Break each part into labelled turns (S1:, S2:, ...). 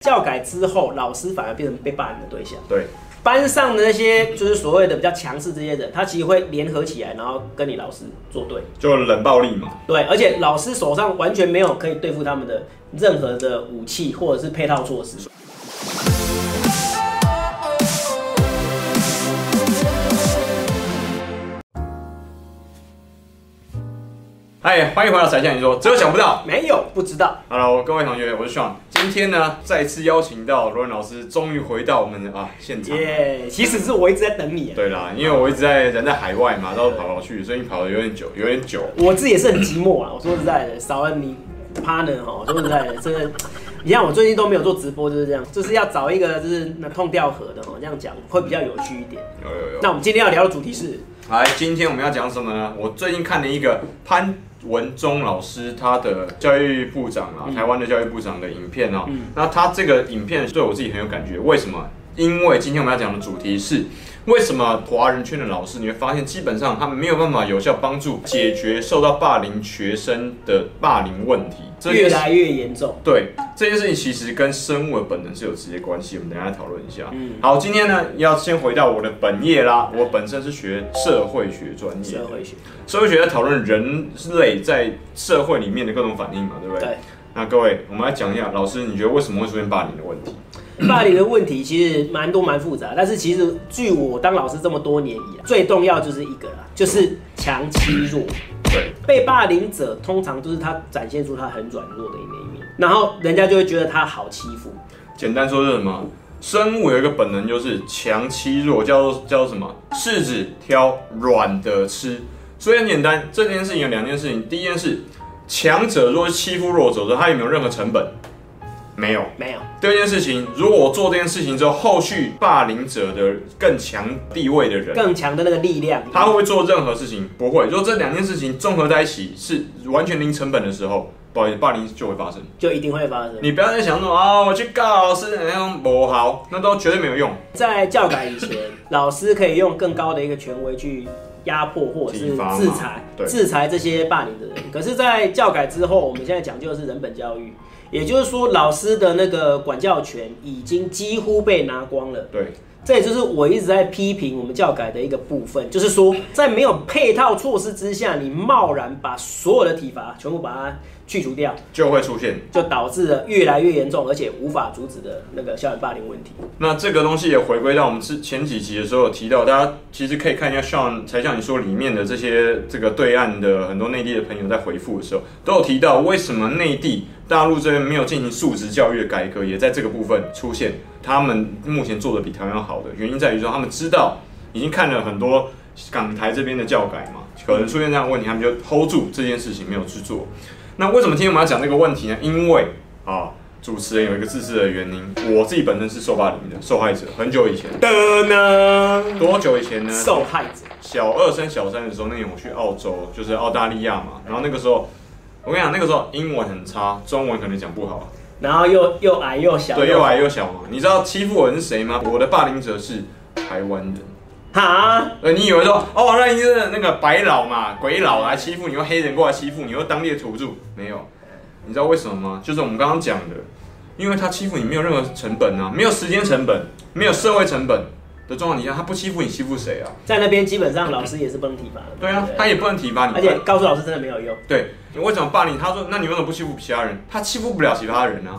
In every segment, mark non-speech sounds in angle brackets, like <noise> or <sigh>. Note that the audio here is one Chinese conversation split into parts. S1: 教改之后，老师反而变成被霸凌的对象。
S2: 对，
S1: 班上的那些就是所谓的比较强势这些人，他其实会联合起来，然后跟你老师作对。
S2: 就冷暴力嘛。
S1: 对，而且老师手上完全没有可以对付他们的任何的武器或者是配套措施。
S2: 哎，欢迎回到才向你说，只有想不到。
S1: 没有，不知道。
S2: Hello，各位同学，我是 Sean。今天呢，再次邀请到罗文老师，终于回到我们的啊现场。
S1: 耶、其实是我一直在等你啊，
S2: 对啦，因为我一直在人在海外嘛，到处跑跑去，所以跑的有点久，有点久。
S1: 我自己也是很寂寞啊。我说实在的，少了你 partner 哈，我说实在的，真的。你看我最近都没有做直播，就是这样，就是要找一个就是那痛掉河的哦，这样讲会比较有趣一点。
S2: 有有有。
S1: 那我们今天要聊的主题是，
S2: 来，今天我们要讲什么呢？我最近看了一个潘文忠老师他的教育部长啊，台湾的教育部长的影片哦、那他这个影片对我自己很有感觉，为什么？因为今天我们要讲的主题是。为什么华人圈的老师，你会发现基本上他们没有办法有效帮助解决受到霸凌学生的霸凌问题？这
S1: 越
S2: 件事
S1: 来越严重。
S2: 对这件事情其实跟生物的本能是有直接关系，我们等一下来讨论一下。
S1: 嗯
S2: 好，今天呢要先回到我的本业啦，我本身是学社会学专业的
S1: 社，会学，
S2: 社会学在讨论人类在社会里面的各种反应嘛，对不对？
S1: 对。
S2: 那各位，我们来讲一下，老师你觉得为什么会出现霸凌的问题？
S1: 霸凌的问题其实蛮多蛮复杂，但是其实据我当老师这么多年以来，最重要就是一个啦，就是强欺弱。
S2: 对，
S1: 被霸凌者通常就是他展现出他很软弱的一面一面，然后人家就会觉得他好欺负。
S2: 简单说是什么？生物有一个本能就是强欺弱，叫做叫做什么？柿子挑软的吃。所以很简单，这件事情有两件事情。第一件事，强者若是欺负弱者的时候，他有没有任何成本？没有。
S1: 没有，
S2: 第二件事情，如果我做这件事情之后，后续霸凌者的更强地位的人，
S1: 更强的那个力量，
S2: 他会不会做任何事情？不会。如果这两件事情综合在一起是完全零成本的时候，不好意思，霸凌就会发生。
S1: 就一定会发生。
S2: 你不要再想说啊，我去告老师，那样不好，那都绝对没有用。
S1: 在教改以前，老师可以用更高的一个权威去压迫或者是
S2: 体罚嘛
S1: 制裁
S2: 对
S1: 制裁这些霸凌的人。可是，在教改之后，我们现在讲究的是人本教育，也就是说，老师的那个管教权已经几乎被拿光了。
S2: 对，
S1: 这也就是我一直在批评我们教改的一个部分，就是说，在没有配套措施之下，你贸然把所有的体罚全部把它去除掉，
S2: 就会出现。
S1: 就导致了越来越严重，而且无法阻止的那个校园霸凌问题。
S2: 那这个东西也回归到我们之前几集的时候有提到，大家其实可以看一下 Sean 才像你说里面的这些这个对岸的很多内地的朋友在回复的时候，都有提到为什么内地大陆这边没有进行素质教育的改革，也在这个部分出现他们目前做的比台湾好的原因在于说他们知道已经看了很多港台这边的教改嘛，可能出现这样的问题，他们就 hold 住这件事情没有去做。那为什么今天我们要讲这个问题呢？因为啊，主持人有一个自私的原因，我自己本身是受霸凌的受害者，很久以前，
S1: 的呢？
S2: 多久以前呢？
S1: 受害者
S2: 小二升小三的时候，那年我去澳洲，就是澳大利亚嘛，然后那个时候。我跟你讲，那个时候英文很差，中文可能讲不好，
S1: 然后又又矮又小，
S2: 对，又矮又小嘛。你知道欺负我的是谁吗？我的霸凌者是台湾人。
S1: 哈，
S2: 呃，你以为说哦，那你是那个白佬嘛，鬼佬来欺负你，又黑人过来欺负你，又当地的土著，没有？你知道为什么吗？就是我们刚刚讲的，因为他欺负你没有任何成本啊，没有时间成本，没有社会成本的状况底下，他不欺负你，欺负谁啊？
S1: 在那边基本上老师也是不能体罚的嘛。
S2: 对啊
S1: 不，
S2: 他也不能体罚你。
S1: 而且告诉老师真的没有用。
S2: 对，你为什么霸凌？他说，那你为什么不欺负其他人？他欺负不了其他人啊。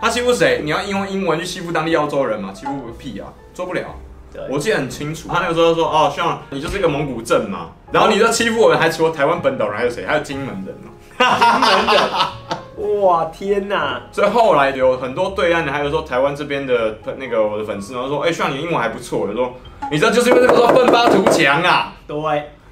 S2: 他欺负谁？你要用英文去欺负当地澳洲人吗？欺负个屁啊，做不了。
S1: 对，
S2: 我记得很清楚，他那个时候说：“哦，像你就是一个蒙古镇嘛，然后你就欺负我们，还除了台湾本岛人，还有谁？还有金门人哦。
S1: 哇天哪！”
S2: 所以后来有很多对岸的，还有说台湾这边的那个我的粉丝，然后说：“哎、像你英文还不错。”我就说：“你知道，就是因为那个时候奋发图强啊。
S1: 对”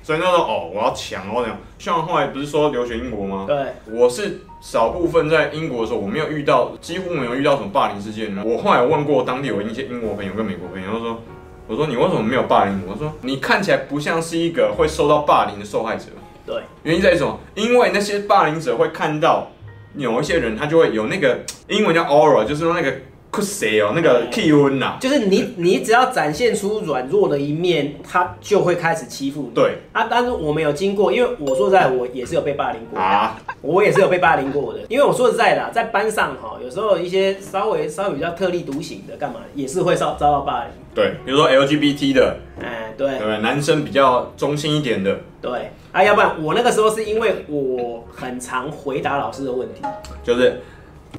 S2: 所以那时候哦，我要强哦，那样。像后来不是说留学英国吗？
S1: 对，
S2: 我是少部分在英国的时候，我没有遇到，几乎没有遇到什么霸凌事件呢。我后来问过当地有一些英国朋友跟美国朋友，他说，我说你为什么没有霸凌我？他说你看起来不像是一个会受到霸凌的受害者。
S1: 对，
S2: 原因在于什么？因为那些霸凌者会看到有一些人，他就会有那个英文叫 aura，就是说那个酷谁哦，那个 K 温呐，
S1: 就是你你只要展现出软弱的一面，他就会开始欺负你。
S2: 对
S1: 啊，但是我没有经过，因为我说实在，我也是有被霸凌过。
S2: 啊，
S1: 我也是有被霸凌过的，因为我说实在的啊、在班上哈，有时候一些稍微稍微比较特立独行的，干嘛也是会遭遭到霸凌。
S2: 对，比如说 LGBT 的，
S1: 哎，对
S2: 对不对？男生比较中性一点的，
S1: 对，啊，要不然我那个时候是因为我很常回答老师的问题，
S2: 就是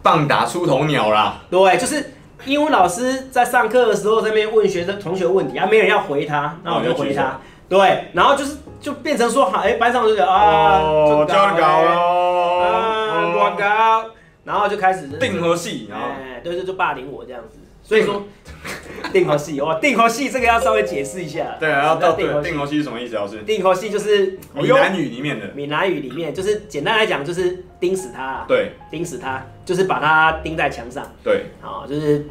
S2: 棒打出头鸟啦，
S1: 对，就是英文老师在上课的时候在那边问学生同学问题，啊，没有人要回他，那我就回
S2: 哦
S1: 他，对，然后就是就变成说，好，哎，班上就觉得啊，
S2: 哦，这样搞
S1: 哎啊，乱
S2: 咯，
S1: 搞，然后就开始
S2: 哦定和系，然后
S1: 哎，对对，就霸凌我这样子。所以说，定口戏哇，定口戏这个要稍微解释一下。
S2: 对，然后到
S1: 定
S2: 对
S1: 口
S2: 定
S1: 戏，
S2: 和系是什么意思？老师，哦
S1: 定口戏就是
S2: 闽南语里面的，
S1: 闽南语里面，就是简单来讲就是钉死他啦，
S2: 对
S1: 钉死他，就是把他钉在墙上，
S2: 对。
S1: 啊，就是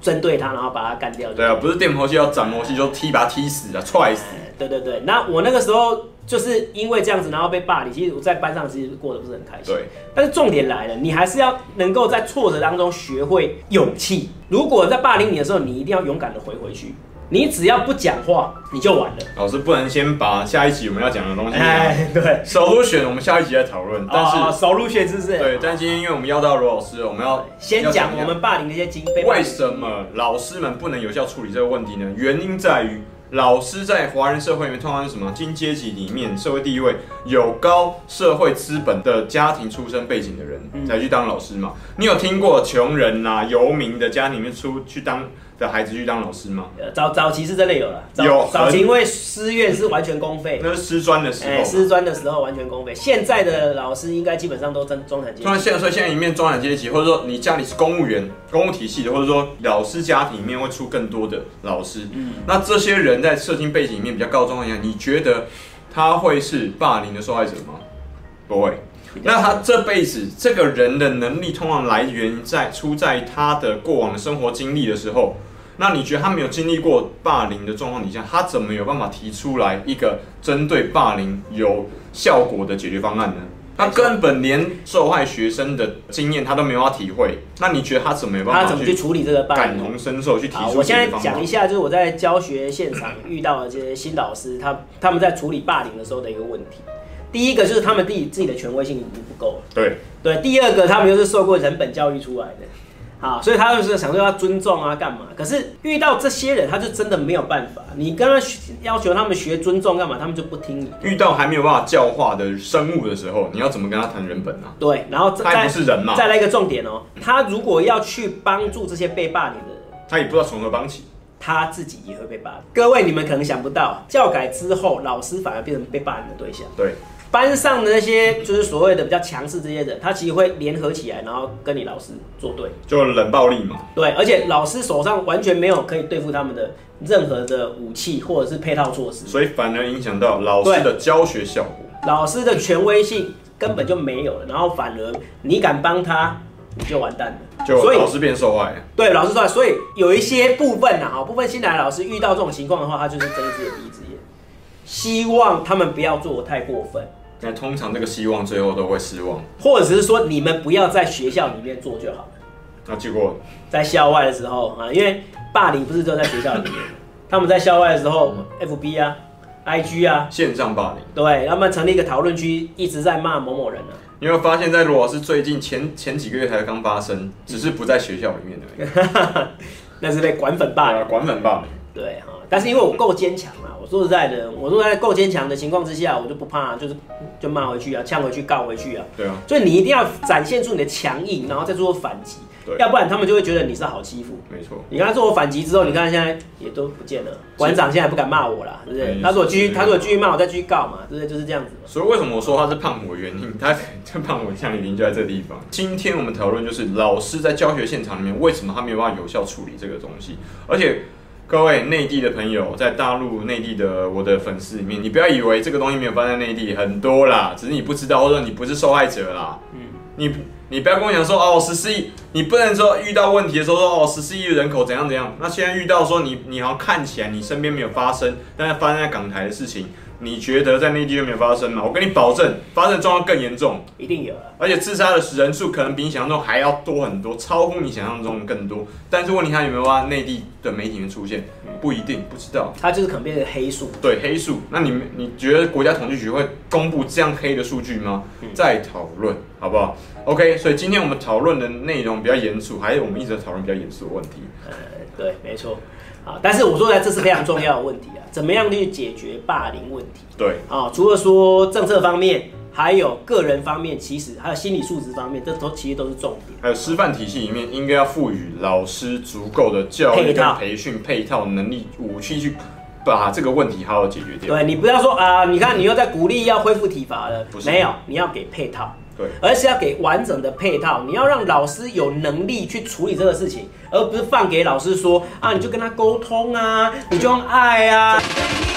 S1: 针对他，然后把他干掉。
S2: 对啊，不是电摩系要斩魔系，就踢把他踢死啊，踹死。
S1: 哎对对对，那我那个时候就是因为这样子，然后被霸凌。其实我在班上其实过得不是很开心。
S2: 对，
S1: 但是重点来了，你还是要能够在挫折当中学会勇气。如果在霸凌你的时候，你一定要勇敢的回回去。你只要不讲话，你就完了。
S2: 老师不能先把下一集我们要讲的东西，啊
S1: 哎，对，
S2: 首入选我们下一集再讨论。但是，
S1: 哦手入选是不是？
S2: 对，但今天因为我们邀到罗老师，我们要
S1: 先
S2: 要
S1: 讲
S2: 一
S1: 我
S2: 下
S1: 们霸凌的一些经被霸凌
S2: 为什么老师们不能有效处理这个问题呢？原因在于老师在华人社会里面通常是什么金阶级里面社会地位有高社会资本的家庭出身背景的人
S1: 嗯
S2: 才去当老师嘛？你有听过穷人呐、游民的家庭里面出去当的孩子去当老师吗？
S1: 呃早早期是真的有了，早
S2: 有
S1: 早期因为师院是完全公费，
S2: 那是师专的时候
S1: 哎，
S2: 嘛。
S1: 师专的时候完全公费。现在的老师应该基本上都中中产阶级
S2: 突。然现在，所以现在一面中产阶级，或者说你家里是公务员、公务体系的，或者说老师家庭里面会出更多的老师。
S1: 嗯
S2: 那这些人在社经背景里面比较高中的样，你觉得他会是霸凌的受害者吗？不会。那他这辈子这个人的能力通常来源在出在他的过往的生活经历的时候。那你觉得他没有经历过霸凌的状况底下，他怎么有办法提出来一个针对霸凌有效果的解决方案呢？他根本连受害学生的经验他都没有办法体会，那你觉得他怎么有办
S1: 他
S2: 法
S1: 怎么去
S2: 去
S1: 处理这个霸
S2: 感
S1: 凌？
S2: 同身受去提
S1: 好，
S2: 出
S1: 我
S2: 解
S1: 现
S2: 决
S1: 在
S2: 方
S1: 讲
S2: 案
S1: 一？下，就是我在教学现场遇到的这些新导师，他他们在处理霸凌的时候的一个问题。第一个就是他们自己自己的权威性已经不够了，
S2: 对，
S1: 对。第二个，他们又是受过人本教育出来的，啊，所以他就是想说要尊重啊，干嘛？可是遇到这些人，他就真的没有办法。你跟他学要求他们学尊重干嘛，他们就不听你。
S2: 遇到还没有办法教化的生物的时候，你要怎么跟他谈人本啊？
S1: 对，然后再
S2: 他也不
S1: 再
S2: 是人嘛，
S1: 再来一个重点哦，他如果要去帮助这些被霸凌的人。
S2: 他也不知道从何帮起。
S1: 他自己也会被霸凌。各位，你们可能想不到，教改之后，老师反而变成被霸凌的对象。
S2: 对，
S1: 班上的那些就是所谓的比较强势这些人，他其实会联合起来，然后跟你老师作对。
S2: 就冷暴力嘛。
S1: 对，而且老师手上完全没有可以对付他们的任何的武器或者是配套措施，
S2: 所以反而影响到老师的教学效果。
S1: 老师的权威性根本就没有了。然后反而你敢帮他，你就完蛋了。
S2: 就
S1: 所以
S2: 老师变受害，
S1: 对，老师说，所以有一些部分呐、啊，哈，部分新来的老师遇到这种情况的话，他就是睁一只眼闭一只眼，希望他们不要做得太过分，
S2: 那通常这个希望最后都会失望。
S1: 或者是说你们不要在学校里面做就好了，
S2: 那结果
S1: 在校外的时候啊，因为霸凌不是就在学校里面，他们在校外的时候，FB 啊、IG 啊，
S2: 线上霸凌，
S1: 对，他们成立一个讨论区，一直在骂某某人啊，
S2: 你有没有发现，在罗老师最近前前几个月才刚发生，只是不在学校里面而已。
S1: 啊 <laughs> 那是被管粉霸凌。
S2: 啊，管粉霸凌，
S1: 对哈，但是因为我够坚强啊，我说实在的，我说在够坚强的情况之下，我就不怕，就是就骂回去啊，呛回去，告回去啊。
S2: 对啊，
S1: 所以你一定要展现出你的强硬，然后再做反击
S2: 对，
S1: 要不然他们就会觉得你是好欺负。
S2: 没错。
S1: 你刚才做我反击之后，你看现在也都不见了，馆长现在也不敢骂我啦，对不
S2: 嗯
S1: 对？他说我继续，
S2: 嗯
S1: 他说我继续骂我，再继续告嘛，对不对？就是这样子嘛。
S2: 所以为什么我说他是胖虎的原因，他这胖虎的降临就在这地方。今天我们讨论就是老师在教学现场里面，为什么他没有办法有效处理这个东西？而且各位内地的朋友，在大陆内地的我的粉丝里面，你不要以为这个东西没有发生在内地，很多啦，只是你不知道，或者你不是受害者啦。
S1: 嗯，
S2: 你你不要跟我讲说哦，十四亿，你不能说遇到问题的时候说哦，十四亿人口怎样怎样。那现在遇到说你你好像看起来你身边没有发生，但是发生在港台的事情，你觉得在内地就没有发生吗？我跟你保证，发生的状况更严重，
S1: 一定有啊。
S2: 而且自杀的人数可能比你想象中还要多很多，超乎你想象中的更多。但是问题它有没有办法内地的媒体会出现，不一定，不知道。
S1: 它就是可能变成黑数。
S2: 对黑数，那你你觉得国家统计局会公布这样黑的数据吗？
S1: 嗯
S2: 再讨论好不好？OK，所以今天我们讨论的内容比较严肃，还有我们一直在讨论比较严肃的问题。
S1: 呃，对，没错。啊，但是我说的这是非常重要的问题啊，怎么样去解决霸凌问题？
S2: 对，
S1: 啊，除了说政策方面，还有个人方面，其实还有心理素质方面，这都其实都是重点。
S2: 还有师范体系里面应该要赋予老师足够的教育
S1: 配套
S2: 跟培训配套能力武器去把这个问题好好解决掉。
S1: 对你不要说啊，你看你又在鼓励要恢复体罚了
S2: 不，是
S1: 没有，你要给配套，
S2: 对，
S1: 而是要给完整的配套，你要让老师有能力去处理这个事情，而不是放给老师说啊，你就跟他沟通啊，你就用爱啊，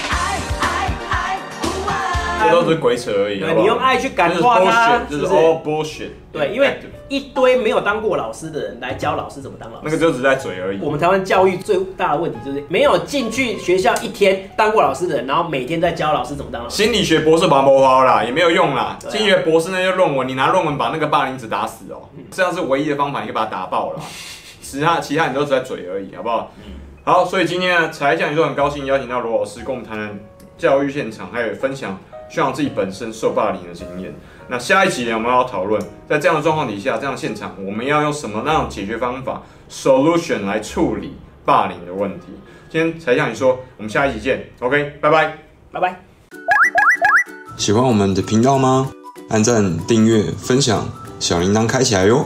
S3: 爱爱爱不爱。
S2: 这都是鬼扯而已。
S1: 对
S2: 好不好
S1: 你用爱去感化他
S2: 这是 bullshit，这是
S1: 是不是
S2: all bullshit。
S1: 对，因为一堆没有当过老师的人来教老师怎么当老师
S2: 那。个就只是在嘴而已
S1: 我。们台湾教育最大的问题就是没有进去学校一天当过老师的人，然后每天在教老师怎么当老师。
S2: 心理学博士拔毛花啦，也没有用啦。
S1: 对啊
S2: 心理学博士那些论文，你拿论文把那个霸凌者打死
S1: 嗯
S2: 哦，这样是唯一的方法，你可以把他打
S1: <laughs>
S2: 爆了。其他其他你都是在嘴而已，好不好？
S1: 嗯
S2: 好，所以今天呢，才讲，你说很高兴邀请到罗老师跟我们谈谈教育现场，还有分享学长自己本身受霸凌的经验。那下一集呢，我们要讨论在这样的状况底下，这样的现场，我们要用什么样的解决方法 solution 来处理霸凌的问题。今天才讲，你说我们下一集见，OK，拜拜。
S1: 拜拜。
S4: 喜欢我们的频道吗？按赞、订阅、分享，小铃铛开起来哟！